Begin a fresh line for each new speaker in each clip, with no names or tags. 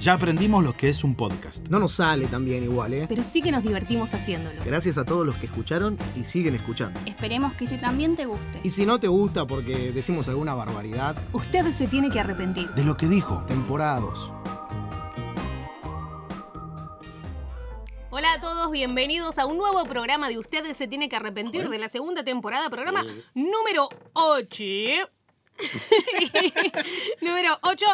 Ya aprendimos lo que es un podcast.
No nos sale tan bien igual, ¿eh?
pero sí que nos divertimos haciéndolo.
Gracias a todos los que escucharon y siguen escuchando.
Esperemos que este también te guste.
Y si no te gusta porque decimos alguna barbaridad,
Usted se tiene que arrepentir.
De lo que dijo.
temporados.
Hola a todos, bienvenidos a un nuevo programa de Ustedes se tiene que arrepentir de la segunda temporada, programa número 8. número 8.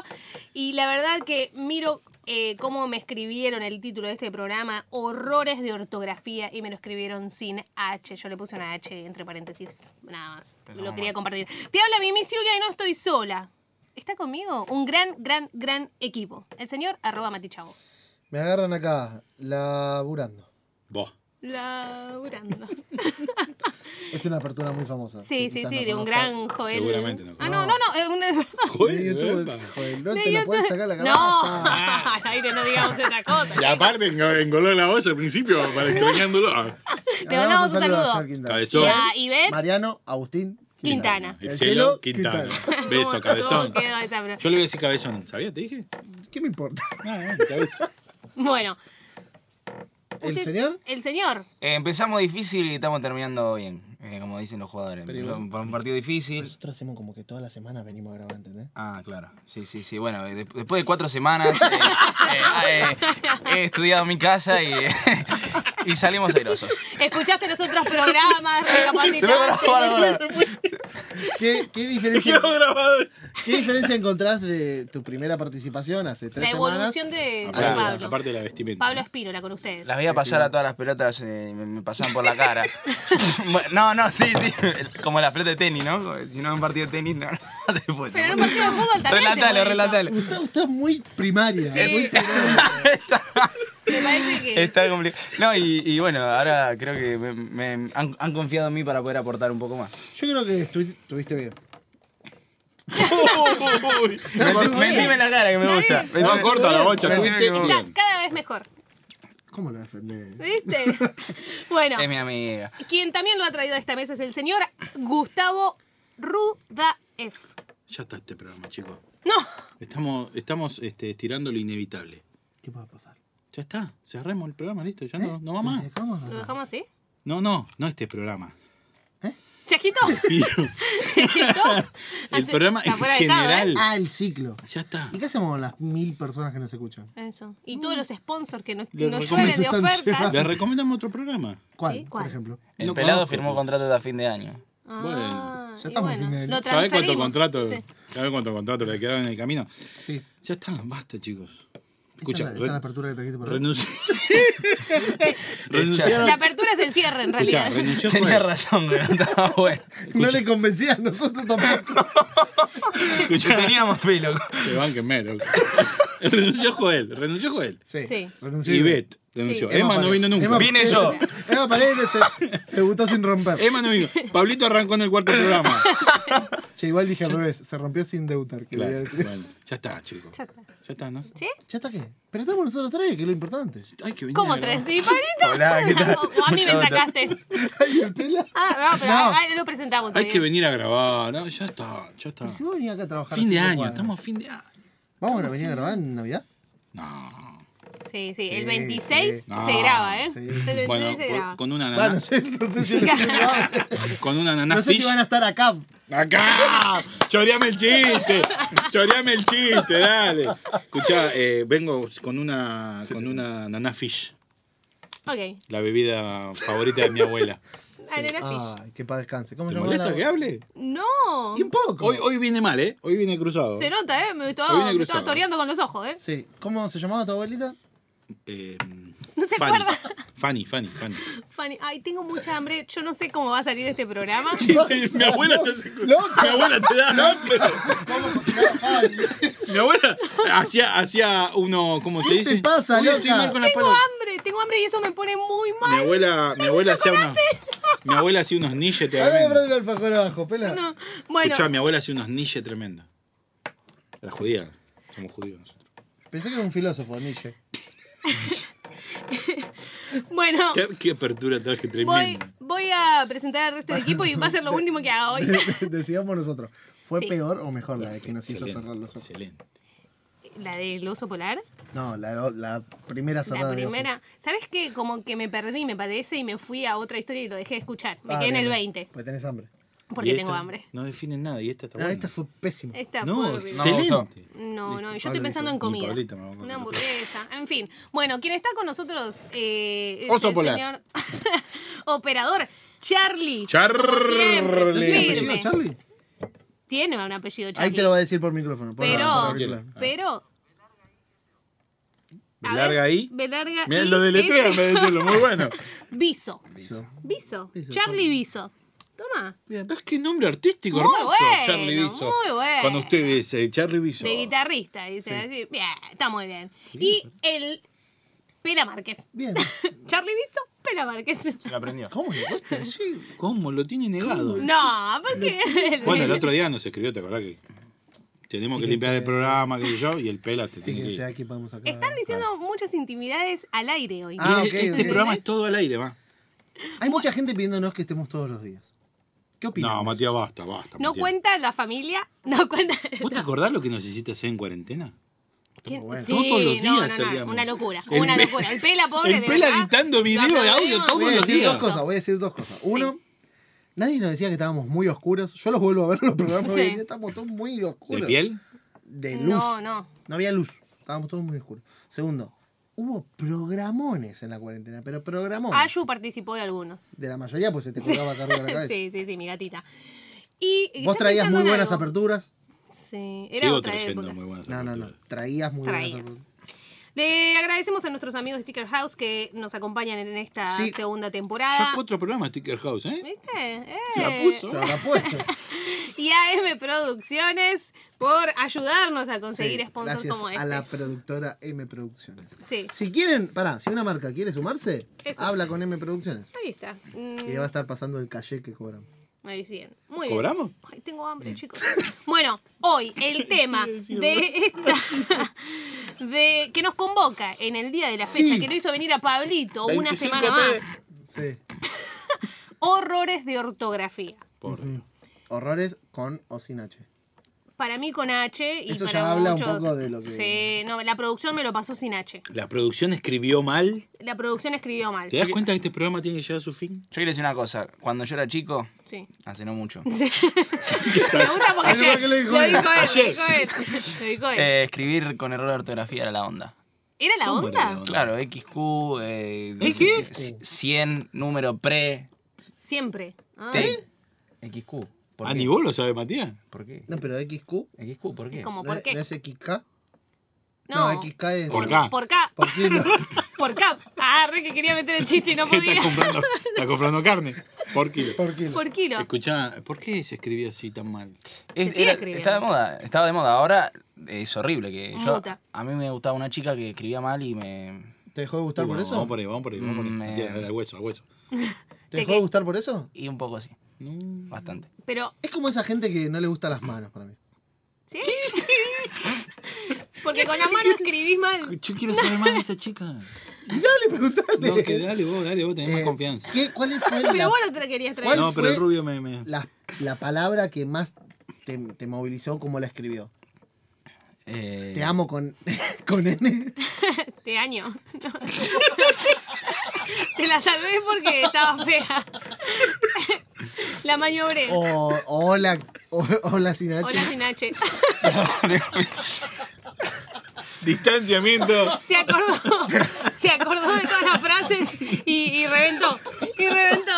Y la verdad que miro eh, cómo me escribieron el título de este programa, Horrores de Ortografía, y me lo escribieron sin H. Yo le puse una H entre paréntesis, nada más. Lo quería compartir. Te habla mi Miss Julia y no estoy sola. Está conmigo un gran, gran, gran equipo. El señor arroba Matichavo.
Me agarran acá, laburando.
Vos.
Laburando.
Es una apertura muy famosa.
Sí,
que
sí,
quizás
sí,
no
de un
conozca.
gran Joel.
Seguramente no.
Ah, no, no, no, es un-
De YouTube, joder, no te lo puedes sacar la Ah,
No,
cabeza.
al aire no digamos esa cosa.
Y aparte engo- engoló la voz al principio para extrañándolo. Ah,
Te mandamos un saludo.
Cabezón.
Y a Ivette
Mariano, Agustín,
Quintana.
El cielo, Quintana. Beso, cabezón.
Todo quedó esa bro-
Yo le voy a decir cabezón. ¿Sabías? ¿Te dije?
¿Qué me importa?
Ah, ah, cabezón.
Bueno,
¿El
Usted-
señor?
el señor.
Eh, empezamos difícil y estamos terminando bien, eh, como dicen los jugadores. Fue un- fue un partido difícil.
Nosotros hacemos como que toda la semana venimos a grabar, ¿entendés?
Ah, claro. Sí, sí, sí. Bueno, eh, de- después de cuatro semanas eh, eh, eh, he estudiado en mi casa y, y salimos airosos.
Escuchaste los otros programas,
Pará, pará,
recapacitaste.
pará.
¿Qué, qué diferencia,
Quedó grabado eso.
¿Qué diferencia encontrás de tu primera participación hace tres
La
semanas?
evolución de de
Aparte,
Pablo.
aparte de la vestimenta.
Pablo Espínola con ustedes.
Las veía pasar a todas las pelotas, eh, me, me pasaban por la cara. Bueno, no, no, sí, sí. Como la pelota de tenis, ¿no? Si no en un partido de tenis, no, no se puede.
Pero en un partido de fútbol también se puede
Relatalo,
eso.
relatalo.
Gustavo está muy primaria. eh, muy-
Me parece que.
Está complicado. No, y, y bueno, ahora creo que me, me- han, han confiado en mí para poder aportar un poco más.
Yo creo que estu- estuviste bien.
Mentí- Mentime la cara que me gusta.
bien.
No,
Mentime-
corta la bocha.
Mentime
tuviste
como-
bien.
Está cada vez mejor.
¿Cómo lo defendés?
¿Viste? Bueno.
Es mi amiga.
Quien también lo ha traído a esta mesa es el señor Gustavo Rudaef.
Ya está este programa, chicos.
No,
Estamos, estamos este, estirando lo inevitable.
¿Qué va a pasar?
Ya está. Cerremos el programa, listo. Ya no, no va más.
¿De cámara?
¿lo dejamos así?
No, no, no este programa.
¿Chejito?
Piru.
¿Chejito?
El programa en
está fuera de estado,
general.
Ah, el ciclo.
Ya está.
¿Y qué hacemos con las mil personas que nos escuchan?
¿eh? Eso. Y todos los sponsors que nos,
Le
nos
recomiendo
llueven de
están
ofertas.
llevando.
Les recomendamos otro programa.
¿Cuál,
Sí, ¿cuál?
por ejemplo?
El
No
pelado
conozco.
firmó contrato hasta fin de año.
Ah,
Bueno,
ya
y
estamos en el-
lo
¿Sabés cuánto
transferimos.
contrato?
Sí.
¿Sabés cuánto contrato le quedaron en el camino?
Sí.
Ya está, basta, chicos. Escucha,
Escucha, esa, es la- esa es la apertura que trajiste por ahí.
renunci- renunciaron.
La apertura es el cierre, en
Escuchá,
realidad.
renunció
Tenía
Joel.
razón, pero no estaba bueno.
No le convencía a nosotros tampoco.
Escuché, teníamos fe, loco.
Que bánquenme, loco. renunció Joel, renunció Joel.
Sí.
renunció.
Y Bet renunció.
Sí.
Emma, no vino nunca. Emma,
Vine yo.
Emma Paredes se, se gustó sin romper.
no vino. Pablito arrancó en el cuarto programa.
Che, igual dije al revés, se rompió sin debutar. quería
Claro,
decir.
bueno, ya está, chicos.
Ya está.
Ya está, ¿no?
¿Ya está qué? Pero estamos nosotros tres, que es lo importante.
Ay, que venía
¿Cómo
a
tres?
grabar.
¿Sí, Pablito?
Hola, ¿qué tal?
O, o a mí
Mucha
me
onda.
sacaste.
Ay, el pela.
Ah, no, pero
No.
ahí- ahí lo presentamos.
Hay
todavía.
que venir a grabar, ¿no? Ya está, ya está.
Si vos venías acá a trabajar.
Fin de
así,
año,
cuadra.
estamos fin de año.
¿Vamos a venir a grabar en Navidad?
No.
Sí, sí,
Sí,
el 26
sí.
No,
se graba, ¿eh?
sí.
El 26
Bueno,
se
por-
graba.
con una
Ah, no
nana.
sé, no sé si,
Con una nana
no sé si
fish.
van a estar acá.
¡Acá! ¡Choreame el chiste! ¡Choreame el chiste! Dale. Escuchá, eh, vengo con una, con una naná fish,
Ok.
la bebida favorita de mi abuela.
Arena
Ah.
Fish.
Ay, que para descanse. ¿Cómo
¿Te
se
molesta que
llama?
hable?
No.
Y un poco.
Hoy, hoy viene mal, ¿eh? Hoy viene cruzado.
Se nota, ¿eh? Me
Hoy
estaba,
viene
me estaba
cruzado.
toreando con los ojos, ¿eh?
Sí. ¿Cómo se llamaba tu abuelita?
Eh,
No se
Fanny.
acuerda.
Fanny, Fanny, Fanny.
Fanny, ay, tengo mucha hambre. Yo no sé cómo va a salir este programa.
mi abuela te hace- Mi abuela te da hambre. mi abuela hacía, hacía uno, ¿cómo se dice?
te pasa,
Uy, estoy
loca?
mal con las
Tengo
palabras.
hambre, tengo hambre y eso me pone muy
Mi
mal.
abuela, mi abuela hacía unos. Mi abuela hacía unos niches
Ahora
tremendos.
abran el alfajor abajo, pela.
No. Bueno,
Escuchá, mi abuela hacía unos niches tremendos. Era judía. Somos judíos nosotros.
Pensé que era un filósofo, Nietzsche.
bueno.
Qué, qué apertura traje
Voy,
tremenda.
voy a presentar al resto del equipo y va a ser lo último que haga hoy.
Decidamos nosotros. ¿Fue
Sí.
peor o mejor la de que nos hizo
Excelente,
cerrar los ojos?
Excelente.
¿La del oso polar?
No, la, la primera cerrada
La
de ojos.
primera. ¿Sabes qué? Como que me perdí, me parece, y me fui a otra historia y lo dejé de escuchar. Me
Ah,
quedé en
bien,
el
bien.
20.
Pues tenés hambre.
Porque
Y
tengo
esta
hambre.
No definen nada y Ah, esta está
No,
buena.
esta fue pésima.
Esta
No,
fue horrible.
excelente.
No,
No,
Listo,
no, yo
Pablo
estoy pensando
dijo,
en comida.
"Ni Pablito me va a comer".
una hamburguesa. En fin. Bueno, quien está con nosotros eh, es
Oso
el
polar.
señor operador Charlie.
Charlie.
Como siempre,
¿Tiene
Firme.
apellido,
firme.
Charlie?
Tiene un apellido
Ahí
Charlie.
te lo va a decir por micrófono. por-
Pero-
por auricular.
Pero.
Me
a
larga
ver,
Ah. ahí.
Me larga
Mirá,
y
lo deletrea en
ese-
vez de decirlo, muy bueno.
Viso.
Eso.
Viso.
Viso,
Charlie Viso. Toma.
Bien.
Es que nombre artístico
Muy
hermoso,
bueno,
Charlie Biso.
muy bueno.
Cuando usted dice Charlie Biso.
De guitarrista, dice así. Bien, está muy bien. Y el Pela Márquez.
Bien.
Charlie Viso, Pela Márquez.
Lo aprendió.
¿Cómo le cuesta decir? ¿Cómo? Lo tiene negado.
No, ¿por qué?
Bueno, el otro día nos escribió, ¿te acordás que tenemos que limpiar el programa, qué sé yo? Y el pela te tiene que
Fíjense
ir.
aquí podemos sacar.
Ah,
Están diciendo muchas intimidades al aire hoy.
Ah,
Y
ok,
este
ok.
programa es todo al aire, va.
Hay mucha gente pidiéndonos que estemos todos los días. ¿Qué opinas?
No, Matías, basta, basta.
No
Matías.
cuenta la familia, no cuenta.
¿Vos te acordás lo que nos hiciste hacer en cuarentena?
¿Quién?
bueno.
Todos los días
no, no, no,
salíamos.
una locura,
El
una
pe-
locura. El Pela, pobre,
el
de
Pela
verdad,
editando
lo
video de audio
aplaudimos.
todos
Voy a
los
decir
días.
dos cosas, voy a decir dos cosas. Uno, nadie nos decía que estábamos muy oscuros. Yo los vuelvo a ver los programas
Sí.
hoy en día, Estamos todos muy oscuros.
¿De piel?
De luz.
No, no.
No había luz. Estábamos todos muy oscuros. Segundo, hubo programones en la cuarentena, pero programones.
Ayu participó de algunos.
De la mayoría, pues se te colgaba acá arriba de la cabeza.
Sí, sí, sí, mi gatita. Y
Vos
estoy
traías
pensando
muy
en
buenas
algo.
aperturas.
Sí, era
Sigo
otra
trayendo
época.
muy buenas
No, no, no.
aperturas.
Traías muy
Traías.
buenas aperturas.
Le agradecemos a nuestros amigos de Sticker House que nos acompañan en esta
Sí.
segunda
Ya
temporada.
cuatro programas Sticker House, ¿eh?
¿Viste? Eh.
Se la puso.
Se habrá puesto.
Y a M Producciones por ayudarnos a conseguir
Sí,
sponsors
gracias
como este.
a la productora M Producciones.
Sí,
Si quieren, pará, si una marca quiere sumarse,
Eso.
habla con M Producciones.
ahí está. Mm,
Y le va a estar pasando el calle que cobran.
ahí bien. Muy
¿Cobramos?
bien. Ay, tengo hambre,
Mm.
chicos. Bueno, hoy el tema de esta de que nos convoca en el día de la fecha,
Sí.
que lo hizo venir a Pablito una
25
semana
pesos.
más.
Sí.
Horrores de ortografía.
Por Dios.
Horrores con o sin H.
Para mí con H y
Eso
para
ya habla un
muchos.
poco de lo que-
Sí, no, la producción me lo pasó sin H.
La producción escribió mal.
La producción escribió mal.
¿Te das cuenta que este programa tiene que llegar a su fin?
Yo quiero decir una cosa. Cuando yo era chico,
Sí.
hace no mucho,
Me gusta porque
Eso
se-
es lo que le dijo
lo
él.
dijo él.
Ayer.
Lo dijo él. Lo dijo él.
eh, escribir con error de ortografía era la onda.
¿Era la
¿Cómo era la
onda?
onda?
Claro, XQ, eh,
¿Eh, qué?
c- 100, número pre,
Siempre. Ah,
T. XQ. ¿Por
Ah,
qué?
ni vos lo sabes, Matías.
¿Por qué?
No, pero XQ.
XQ, ¿por qué?
Como
no
por
es-
qué.
¿No es XK?
No.
XK es.
Por K.
Por K.
Por kilo.
Por K. Ah, re que quería meter el chiste y no
¿Qué estás
podía.
comprando? ¿Estás comprando carne? Por kilo.
Por kilo.
Por kilo.
Escuchá, ¿por qué se escribía así tan mal?
Es-
Se sigue
era-
escribiendo.
estaba de moda, estaba de moda. Ahora eh, es horrible que yo.
Muta.
A mí me gustaba una chica que escribía mal y me.
¿Te dejó de gustar
Uh,
por
vamos,
eso?
Vamos por ahí, vamos por ahí, vamos por ahí.
Mm,
Matías,
eh.
dale, al hueso, al hueso.
¿Te dejó de gustar por eso?
Y un poco así,
No.
bastante.
Pero,
Es como esa gente que no le gustan las manos para mí.
¿sí? Porque con la mano escribís mal.
Yo quiero saber más de esa chica.
Y dale, preguntale.
No, que dale vos, dale vos, tenés más
Eh,
confianza.
¿qué- ¿Cuál fue
Pero
la,
vos no te la querías traer.
¿Cuál
No, pero el
fue?
rubio me... me-
la, la palabra que más te, te movilizó como la escribió?
Eh,
Te amo con, con N.
Te año. te la salvé porque estaba fea. la maniobré.
O, o hola, o, hola sin H.
Hola sin H.
Distanciamiento.
Se acordó, se acordó de todas las frases y, y reventó. Y reventó.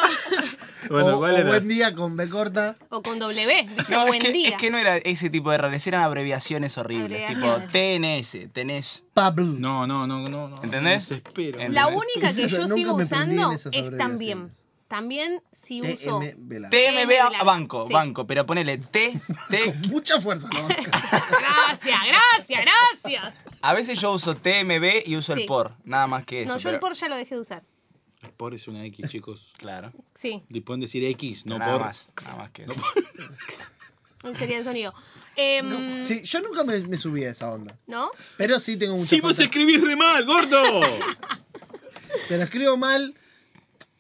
Bueno,
o,
¿cuál
o
era?
buen día con B corta.
O con W, ¿viste?
No,
Buen
es, que,
día.
es que no era ese tipo de errores, eran abreviaciones horribles.
Abreviaciones.
Tipo TNS, tenés.
Pablo.
No, no, no, no. no
¿Entendés?
Me desespero.
Ent-
La
Entonces,
única que
eso,
yo
nunca
sigo
me prendí en
usando
esas
es también.
abreviaciones.
También si uso.
TM la
TMB a-
TMB.
a banco,
Sí.
banco, pero ponele T, T.
Mucha fuerza. ¿no?
Gracias, gracias, gracias.
A veces yo uso TMB y uso
Sí.
el por, nada más que eso.
no, yo el
pero-
por ya lo dejé de usar.
Por es una X, chicos.
Claro.
Sí,
Le pueden decir X, no
nada
por.
Más, nada más que eso.
sería el sonido. Em, no.
Sí, yo nunca me, me subí a esa onda. Pero sí tengo mucha
Si vos
fuerza.
escribís re mal, gordo.
Te lo escribo mal,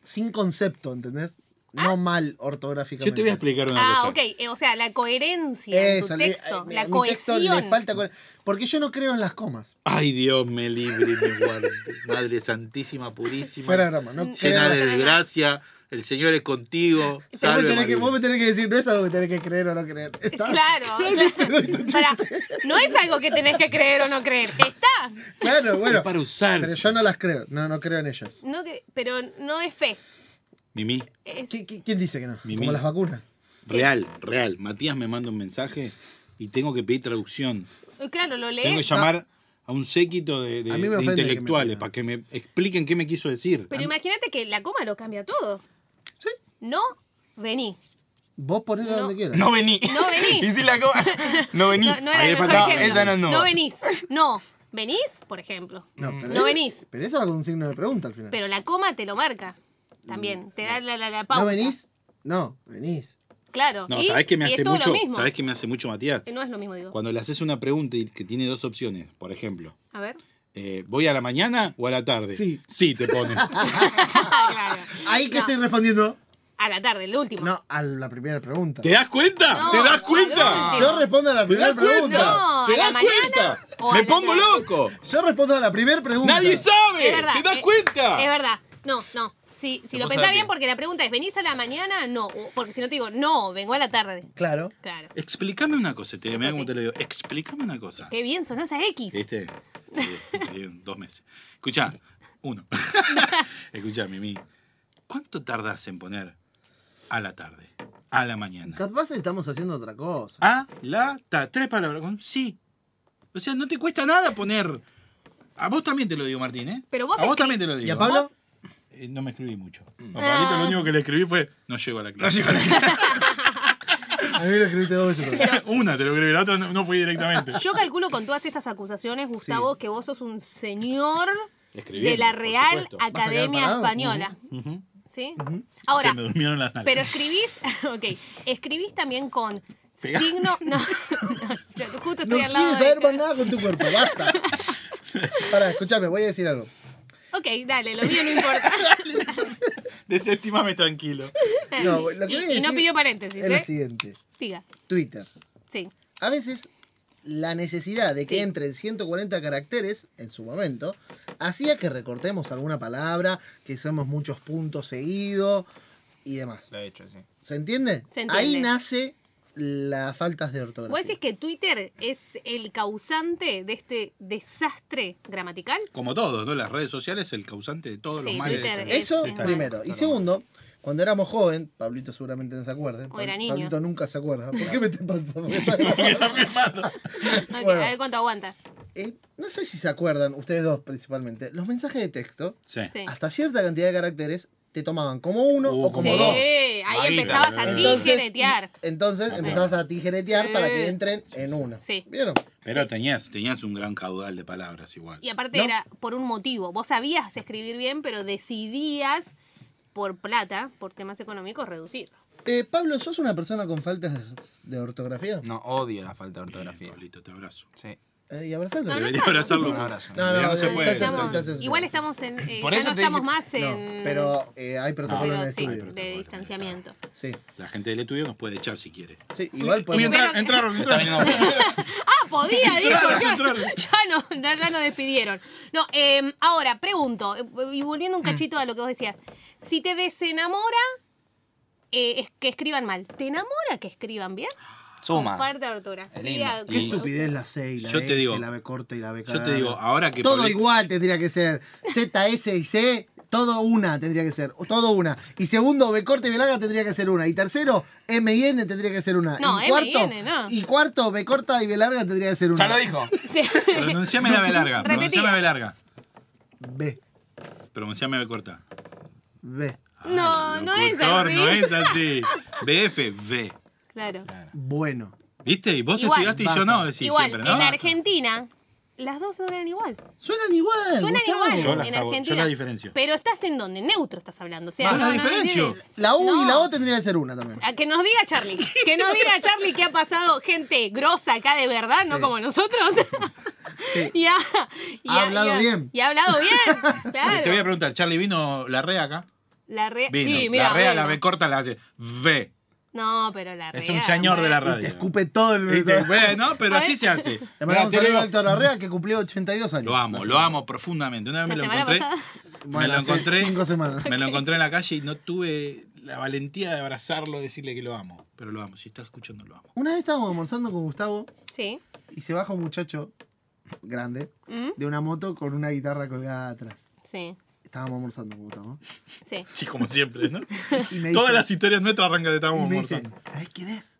sin concepto, ¿entendés? No mal ortográficamente.
Yo te voy a explicar una cosa.
Ah, ok. eh, o sea, la coherencia en
Eso,
tu
le-
texto,
a-
la
a mi texto le
cohesión.
falta cohe- Porque yo no creo en las comas.
Ay, Dios me libre y me guarde. Madre santísima, purísima.
Fuera de broma,
Mm,
no
llena
creo.
de desgracia. El Señor es contigo.
Vos me,
Salve,
tenés que,
María.
vos me tenés que decir, no es algo que tenés que creer o no creer. Está.
Claro, claro. Pará, no es algo que tenés que creer o no creer. Está.
Claro, bueno.
Es para usar.
Pero yo no las creo. No, no creo en ellas.
No que- pero no es fe.
Mimi,
Es-
¿Qui- qui- ¿Quién dice que no?
Mimi.
Como las vacunas.
real, real. Matías me manda un mensaje y tengo que pedir traducción.
claro, lo
Tengo que
lees.
llamar a un séquito de, de-
A mí me
de
ofende que me
intelectuales
digan.
para que me expliquen qué me quiso decir.
Pero imagínate que la coma lo cambia todo.
Sí.
No, vení.
Vos ponela
No.
donde quieras.
No vení.
No vení.
Y si la coma. No vení.
No, no era
Ahí
el
le
mejor
faltaba-
ejemplo.
Esa no anduvo.
No venís. No, venís, por ejemplo.
No,
Mm. No venís.
Pero eso va con un signo de pregunta al final.
Pero la coma te lo marca. También, te da la, la, la pauta.
¿No venís? No, venís.
Claro.
No,
y-
¿sabés qué me
y es
hace
todo
mucho?
Lo mismo.
¿Sabés qué me hace mucho, Matías?
Eh, No es lo mismo, digo.
Cuando le haces una pregunta y que tiene dos opciones, por ejemplo.
A ver.
eh, ¿Voy a la mañana o a la tarde?
Sí.
Sí, te pone.
Claro.
Ahí que
No,
estoy respondiendo.
A la tarde, el último.
No, a la primera pregunta.
¿Te das cuenta?
No,
¿Te das
no,
cuenta?
no.
Yo respondo a la
¿Te
primera
das cuenta?
pregunta.
No,
¿Te
a la
das
mañana
cuenta?
o a
¡Me
la
pongo
tarde.
loco!
Yo respondo a la primera pregunta.
¡Nadie sabe!
Es verdad,
¿Te das
eh,
cuenta?
Es verdad. No, no. Si, si
Se
lo
puso
pensás
de pie.
bien, porque la pregunta es, ¿venís a la mañana? No. o- Porque si no te digo, no, vengo a la tarde.
Claro.
Claro.
Explícame una cosa, te, mirá
así.
cómo te lo digo. Explícame una cosa.
Qué bien sonó esa X.
Eh,
¿Viste? Bien, bien, dos meses. Escuchá, uno. Escuchá, Mimi. ¿Cuánto tardás en poner a la tarde? A la mañana.
Capaz estamos haciendo otra cosa.
A la ta. Tres palabras con sí. O sea, no te cuesta nada poner. A vos también te lo digo, Martín, ¿eh?
Pero vos
a vos
escri-
también te lo digo.
¿Y a Pablo?
Eh, no me escribí mucho. A
Ah.
Pablito lo único que le escribí fue no llego a la clase. No llego a la
A mí me lo escribiste dos veces. pero-
Una te lo escribí, la otra no, no fui directamente.
Yo calculo con todas estas acusaciones, Gustavo, que vos sos un señor
Escribiendo,
de la
por
Real
supuesto.
quedar
Academia
parado?
Española.
Ujú.
¿Sí?
Se
Ahora,
me durmieron las nalgas.
pero escribís, ok, escribís también con signo. No, no, yo justo
No
estoy al lado.
quieres
de- este.
saber más nada con tu cuerpo. Basta. Pará, escúchame, voy a decir algo.
Ok, dale, lo mío no importa.
Desestimame tranquilo.
No, lo que
Y-
voy a
y
decir
no pidió paréntesis,
Es lo
¿eh?
siguiente.
Diga,
Twitter.
sí.
A veces la necesidad de que
Sí.
entren 140 caracteres en su momento hacía que recortemos alguna palabra, que hacemos muchos puntos seguidos y demás.
Lo he hecho, sí.
¿Se entiende?
Se entiende.
Ahí nace las faltas de ortografía.
¿Vos decís que Twitter es el causante de este desastre gramatical?
Como todos, ¿no? Las redes sociales es el causante de todos
Sí,
los males.
Twitter
de-
es-
Eso
de esta-
primero. Y segundo, cuando éramos joven, Pablito seguramente no se acuerde.
O era
Pab-
niño.
Pablito nunca se acuerda. ¿Por qué me te pasa? Porque ya-
Ok,
Bueno.
A ver cuánto aguanta.
Eh, no sé si se acuerdan, ustedes dos principalmente, los mensajes de texto,
Sí.
Sí.
hasta cierta cantidad de caracteres, te tomaban como uno
Uh,
o como
sí,
dos.
ahí
Mamita,
empezabas a
Entonces-
tijeretear.
Entonces empezabas a tijeretear
Sí.
para que entren en una.
Sí.
¿Vieron?
Pero
Sí.
tenías, tenías un gran caudal de palabras igual.
Y aparte
¿No?
era por un motivo. Vos sabías escribir bien, pero decidías, por plata, por temas económicos, reducir.
Eh, Pablo, ¿sos una persona con faltas de ortografía?
No, odio la falta de
Bien,
ortografía.
Pablito, te abrazo.
Sí.
Eh, y abrazarlo.
No, no.
Debería
sabe.
abrazarlo.
Un abrazo.
No, no,
Ya
no,
se puede.
estás-
Estamos-
estás- estás-
igual estamos en. eh,
Por
ya
eso
no
te
estamos
dije-
más
No,
en.
pero eh, hay protocolo en
pero
el
sí,
estudio.
de distanciamiento.
Sí.
La gente del estudio nos puede echar si quiere.
Sí, igual
Uy,
podemos-
entraron, entraron,
Está
entraron.
viniendo-
Ah, podía, dijo.
Entraron,
Ya,
entraron.
ya no, ya, ya nos despidieron. No, eh, ahora, pregunto, eh, y volviendo un cachito a lo que vos decías. Si te desenamora, eh, es que escriban mal. ¿Te enamora que escriban bien?
Suma.
Falta de
Es lindo.
ortografía.
Qué
Y-
estupidez la C y la
Yo te
S,
digo-
la B corta y la B
Yo te
cara.
digo, ahora que
Todo
Pablito-
igual tendría que ser. Z, S y C, todo una tendría que ser. Todo una. Y segundo, B corta y B larga tendría que ser una. Y tercero, M y N tendría que ser una.
No, M
y
y
cuarto,
N, no.
Y cuarto, B corta y B larga tendría que ser una.
Ya lo dijo.
Sí.
Pronunciame la B larga. Pronunciame
Repetía.
la B larga.
B,
Pronunciame B corta.
B,
No, no es
Locutor,
así.
No es así. BF, B.
Claro.
bueno.
¿Viste? Y vos
Igual.
estudiaste y yo no, decís
igual,
siempre, ¿no?
en Argentina, las dos suenan igual.
Suenan igual.
Suenan
Gustavo.
igual
Yo las
en
hago, yo
Argentina.
las diferencio.
Pero estás en donde neutro estás hablando. O sea,
Yo
no,
las
no, no
diferencio.
tiene-
La U y la
No.
O tendría que ser una también.
A que nos diga Charlie, que nos diga Charlie que ha pasado gente grosa acá de verdad, no como nosotros.
Sí.
Y ha, y
Ha hablado bien.
Y ha hablado bien.
Te voy a
Claro.
preguntar, ¿Charlie vino la re acá?
La rea.
Vino.
Sí, mira.
la rea,
bueno.
la B corta, la hace V.
No, pero la rea.
Es un señor de la
Y
radio.
te escupe todo el
Viste, Bueno, pero así se hace.
Le mandamos un
Mira, te
saludo
digo,
a Héctor Larrea que cumplió 82 años.
Lo amo, lo amo profundamente. Una vez me
La
lo
semana
encontré.
pasada.
Bueno,
me lo
hace
encontré.
cinco semanas.
Me lo encontré en la calle y no tuve la valentía de abrazarlo, decirle que lo amo. Pero lo amo, si está escuchando, lo amo.
Una vez estábamos almorzando con Gustavo
Sí.
y se baja un muchacho grande
¿Mm?
de una moto con una guitarra colgada atrás.
Sí.
Estábamos almorzando con Gustavo.
Sí.
Sí, como siempre, ¿no?
Y me
Todas
dice-
las historias nuestras arrancan de este
y
estábamos
me dice,
almorzando.
¿sabés quién es?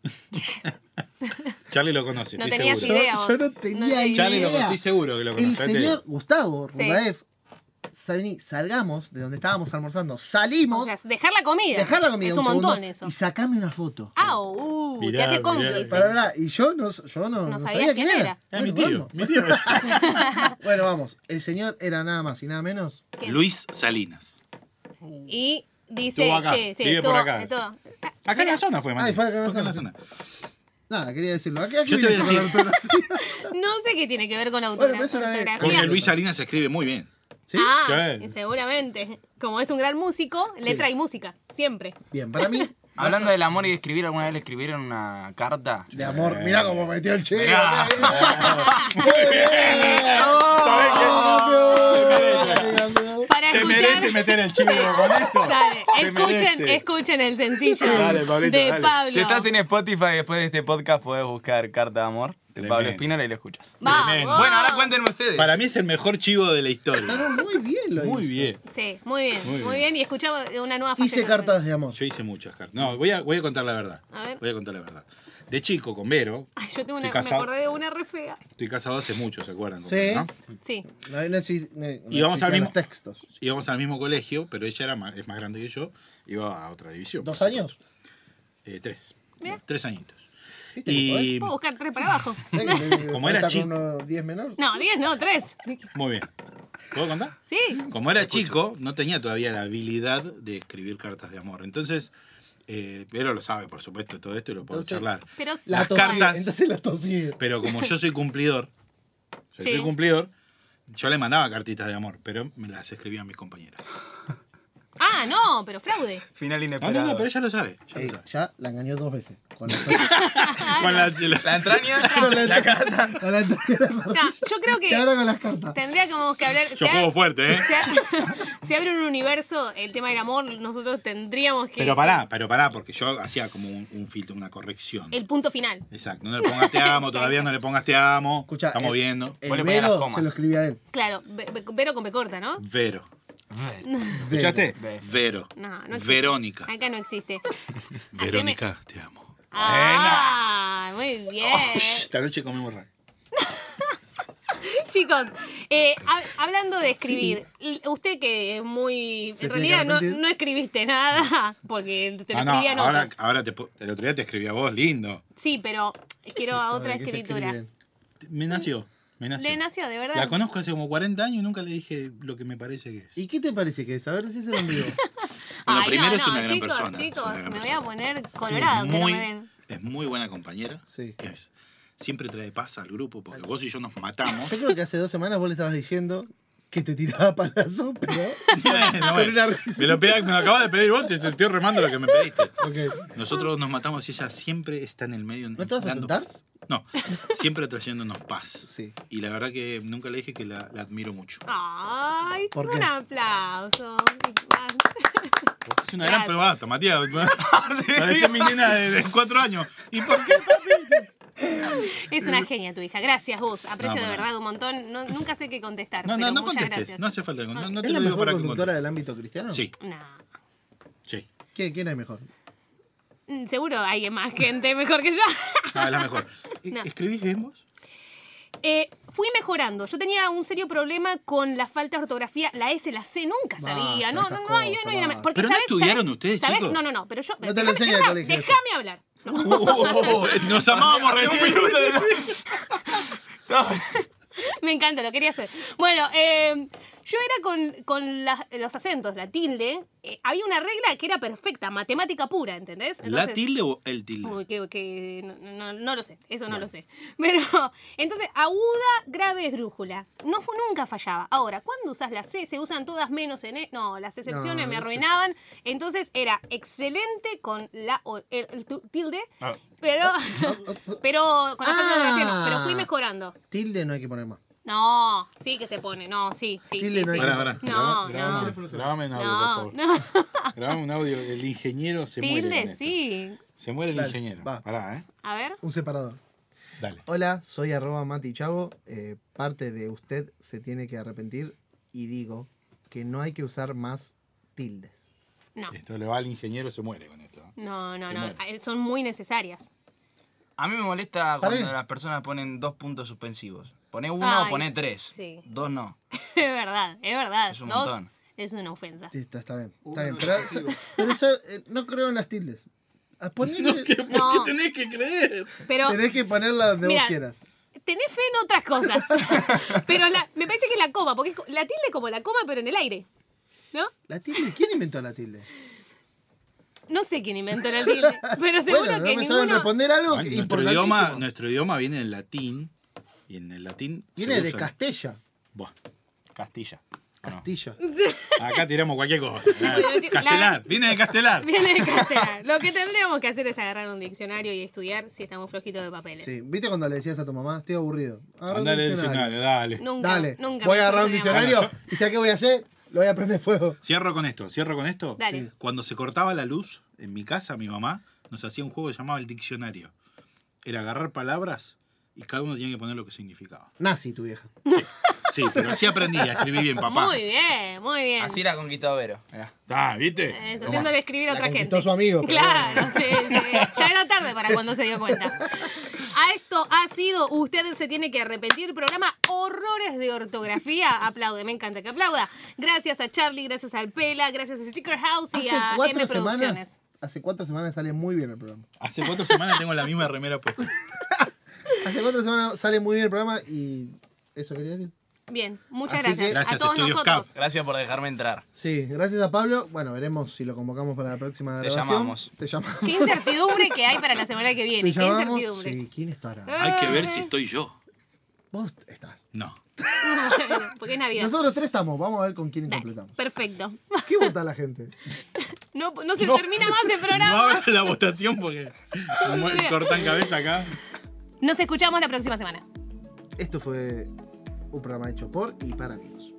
Charlie lo conoce,
No
estoy
tenías
seguro.
Yo,
idea,
yo
vos.
no
No
tenía
tenía
Charlie lo
idea.
estoy seguro que lo conoce.
El señor Gustavo
Sí.
Rudaev, sal- salgamos de donde estábamos almorzando,
O
salimos,
sea, dejar la comida.
dejar la comida
Es
un,
un, montón
segundo
eso.
y sacame una foto.
Ah, uh,
Mirá,
te hace
mirá.
cómplice.
Para hablar. Y yo no, yo no, no sabía quién era.
Ah, mi
Bueno,
tío,
vamos.
mi tío.
Bueno, vamos. El señor era nada más y nada menos.
¿Quién?
Luis Salinas.
Y dice,
Estuvo acá,
sí, sí,
vive por
estuvo-
acá.
estuvo- Ah,
Acá en la zona fue, Mati.
Ay, fue acá en la
zona.
Nada, quería decirlo. ¿A qué- a qué
Yo te voy a
viniste con
decir-
la ortografía?
No sé qué tiene que ver con autora-
Bueno, pero eso era de-
ortografía.
Porque
Bien.
Luis Salinas se escribe muy bien.
¿Sí?
Ah,
Sí.
seguramente. Como es un gran músico, letra y música, siempre.
Bien, para mí,
Hablando del amor y de escribir, ¿alguna vez le escribieron una carta?
de
Eh.
amor. Mirá cómo metió el chico. Eh,
Mirá.
Para
Se merece
escuchar.
meter el chivo con eso.
Dale,
Se
escuchen,
merece.
escuchen el sencillo
Dale, Pablito,
de
dale.
Pablo.
Si estás en Spotify después de este podcast, podés buscar Carta de Amor de
Tremendo.
Pablo Espínola y lo escuchas.
Vamos.
Tremendo.
Bueno, ahora cuéntenme ustedes.
Para mí es el mejor chivo de la historia.
Muy bien lo
Muy
hizo.
bien.
Sí, muy bien, muy
Muy
bien.
bien.
Y escuchaba una nueva
Hice
faceta.
cartas de amor.
Yo hice muchas cartas. No, voy a, voy a contar la verdad.
A ver.
Voy a contar la verdad. De chico, con Vero,
Ay, yo tengo
Estoy
una, me
casado.
acordé de una re fea.
estoy casado hace mucho, ¿se acuerdan? Con
Sí.
Vero, ¿no?
Sí.
No, no exi- no-
Y
no
vamos al
existían
mismo-
los textos.
Íbamos al mismo colegio, pero ella era más, es más grande que yo. Iba a otra división.
¿Dos
por supuesto.
años?
Eh, tres.
Mirá.
Tres añitos.
¿Viste que podés?
Y
Puedo buscar tres para abajo.
Como era
¿Está con
chico.
uno 10 menor?
No, diez, no, tres.
muy bien. ¿Puedo contar?
Sí.
Como era chico, no tenía todavía la habilidad de escribir cartas de amor. Entonces, eh, Vero lo sabe, por supuesto, todo esto y lo puedo
Entonces,
charlar.
Pero
La
Las
tosí,
cartas.
Entonces la tosí.
Pero como yo soy cumplidor, yo
Sí.
soy cumplidor, yo le mandaba cartitas de amor, pero me las escribían mis compañeras.
Ah, no, pero fraude.
Final
No,
inesperado.
no, no, pero ella lo sabe. ya lo
Eh,
sabe.
ya la engañó dos veces. Con la,
Con la- la-
La entraña.
con la- con la
O sea, yo creo
Y ahora
que
con las cartas.
tendríamos que hablar.
yo
se
juego
ab-
fuerte, ¿eh?
se ab- Se abre un universo, el tema del amor, nosotros tendríamos que.
Pero pará, pero pará, porque yo hacía como un, un filtro, una corrección.
El punto final.
Exacto, no le pongas te amo, todavía no le pongas te amo.
Escuchá,
Estamos
eh,
viendo.
El
Vos le ponías las
Vero
comas.
se lo escribía a él.
Claro, ve- ve- pero con B corta, ¿no?
Vero.
Vero.
¿Escuchaste?
Vero.
Vero.
No, no existe.
Verónica.
Acá no existe.
Verónica, te amo.
Ah, muy bien.
Esta noche comemos rack.
Chicos, eh, hab- hablando de escribir, l- usted que es muy.
Se
en
tiene que
realidad no,
arrepentir.
no escribiste nada, porque te lo
Ah, no,
escribían
ahora,
otros.
ahora te, pu- el otro día te escribí a vos, lindo.
Sí, pero quiero
Esto
a
de
otra
que se
escritura.
escriben.
Me nació. Me nació.
Le nació, de verdad.
La conozco hace como 40 años y nunca le dije lo que me parece que es.
¿Y qué te parece que es? A ver si se lo envío.
Bueno,
Ay,
primero
no,
es
no,
una gran
chicos,
persona.
Chicos,
es una gran
me voy a
persona.
poner colorada.
es,
aunque no
muy,
me ven.
es muy buena compañera.
Sí.
Es- siempre trae paz al grupo porque vos y yo nos matamos.
Yo creo que hace dos semanas vos le estabas diciendo que te tiraba palazo, pero.
Bueno, bueno,
una risa.
me, lo pega- me lo acabas de pedir vos, te te estoy remando lo que me pediste.
Ok.
Nosotros nos matamos y ella siempre está en el medio.
¿No te vas a
dando
sentar?
paz. No, siempre trayéndonos paz.
Sí.
Y la verdad que nunca le dije que la, la admiro mucho.
Ay,
¿Por
un
qué?
aplauso.
Es una gran
Gracias.
probata, Matías. Parece mi nena de, de cuatro años. ¿Y por qué, papi?
Es una genia tu hija. Gracias vos. Aprecio
No,
de
bueno.
verdad un montón. No- nunca sé qué contestar.
No, no,
pero
no
muchas
contestes.
gracias.
No hace falta. que- No, no te
¿Es la
lo digo
mejor
para que
conductora
contestes.
del ámbito cristiano?
Sí,
No.
sí.
¿Quién, quién es mejor?
Mm, Seguro hay más gente mejor que yo.
Ah, es la mejor. ¿E-
No.
¿Escribís bien vos?
Eh, fui mejorando. Yo tenía un serio problema con la falta de ortografía. La S, la C, nunca
Basta,
sabía. No,
esas
no, no, hay
cosas,
una y una más.
basta.
Porque,
¿Pero no
¿sabes-
estudiaron
sabes-
ustedes,
¿sabes?
chicos?
No, no, no. Pero yo.
No te lo enseña el
déjame-
colegio eso.
Déjame hablar. No.
Oh, oh, oh, nos amábamos recién.
Me encanta, lo quería hacer. Bueno, eh, Yo era con, con las- los acentos, la tilde. eh, había una regla que era perfecta, matemática pura, ¿entendés?
¿La
Entonces-
tilde o el tilde?
Uy, que, que- no, no- no lo sé, eso no lo sé. Pero, entonces, aguda, grave, esdrújula. No fue, nunca fallaba. Ahora, cuando usas la C, se usan todas menos en E. No, las excepciones
No,
me
eso
arruinaban. Entonces, era excelente con la o- el, el tu- tilde,
Ah.
pero, pero con la falta de grafía no. Pero fui
Ah.
mejorando.
Tilde no hay que poner más.
No, sí que se pone. No, sí, sí,
Tilde
sí,
no hay
sí.
que-
Pará, pará.
No,
Grabame-
no.
Grabame en audio, por
No,
favor.
no.
Grabame un audio. El ingeniero se muere. con
Tilde,
esto.
sí.
Se muere el
Dale,
ingeniero.
va.
Pará, ¿eh?
A ver.
Un separador.
Dale.
Hola, soy arroba Mati Chavo. eh, parte de usted se tiene que arrepentir y digo que no hay que usar más tildes.
No,
Eh,
Esto le va al ingeniero, se muere con esto. ¿eh?
no, no,
Se
no.
muere.
Son muy necesarias.
A mí me molesta cuando
qué?
las personas ponen dos puntos suspensivos. Poné uno o
Ay,
poné tres.
sí.
Dos no.
Es verdad, es verdad.
Es un
Dos
montón.
es una ofensa.
Sí, Está, está bien, está
Uno
bien.
no
Pero,
es pasivo.
pero eso, eh, no creo en las tildes. Ah, A ponerle-
No,
Tenés que creer.
pero
Tenés que ponerla donde
Mira,
vos quieras.
tenés fe en otras cosas. pero la- me parece que es la coma, porque es co- la tilde como la coma, pero en el aire. ¿No?
¿La tilde? ¿Quién inventó la tilde?
No sé quién inventó la tilde, pero seguro
bueno, no
que
me saben
ninguno.
responder algo
Bueno, nuestro,
importantísimo.
idioma, nuestro idioma viene del latín. Y en el latín. se
Viene de
usa-
Castella.
Buah,
Castilla. ¿o no?
Castilla.
Mm.
Acá tiramos cualquier cosa.
La-
castelar. Viene de castelar.
Viene de castellano. Lo que tendríamos que hacer es agarrar un diccionario y estudiar si estamos flojitos de papeles.
Sí, ¿viste cuando le decías a tu mamá? Estoy aburrido. Agarra un
Andale al
diccionario.
diccionario, dale.
Nunca,
Dale,
nunca.
voy
me
a agarrar un
funcionaba.
diccionario
Bueno,
y sé qué voy a hacer, lo voy a prender fuego.
Cierro con esto, cierro con esto.
Dale. Sí.
Cuando se cortaba la luz en mi casa, mi mamá nos hacía un juego llamado el diccionario. Era agarrar palabras y cada uno tenía que poner lo que significaba.
Nazi, tu vieja.
Sí, pero así aprendí a escribir bien, papá.
Muy bien, muy bien.
Así la conquistó Vero. mirá.
Ah, ¿viste?
Eso,
Tomá.
Eh, haciéndole escribir a otra
conquistó
gente.
su amigo, pero
Claro, sí, sí. Ya era tarde para cuando se dio cuenta. A esto ha sido Usted se tiene que arrepentir, programa Horrores de Ortografía. Aplaude, me encanta que aplauda. Gracias a Charlie, gracias al Pela, gracias a Sticker House y
Hace
a M
cuatro
Producciones.
semanas. Hace cuatro semanas sale muy bien el programa.
Hace cuatro semanas tengo la misma remera puesta.
Hace cuatro semanas sale muy bien el programa y. ¿Eso quería decir?
Bien, muchas
Así que-
gracias.
Gracias,
a todos
Estudios
nosotros.
Gracias por dejarme entrar.
Sí, gracias a Pablo. Bueno, veremos si lo convocamos para la próxima
Te
grabación.
llamamos.
Te llamamos.
Qué incertidumbre que hay para la semana que viene.
Te
Qué
llamamos.
incertidumbre.
Sí, ¿quién estará?
Hay que ver
eh.
si estoy yo.
Vos estás.
No.
Porque es Navidad.
Nosotros tres estamos. Vamos a ver con quién
Dale,
completamos.
perfecto.
¿Qué vota la gente?
No, no se termina más el
No
programa.
hagas la votación porque mu- cortan cabeza acá.
Nos escuchamos la próxima semana.
Esto fue un programa hecho por y para amigos.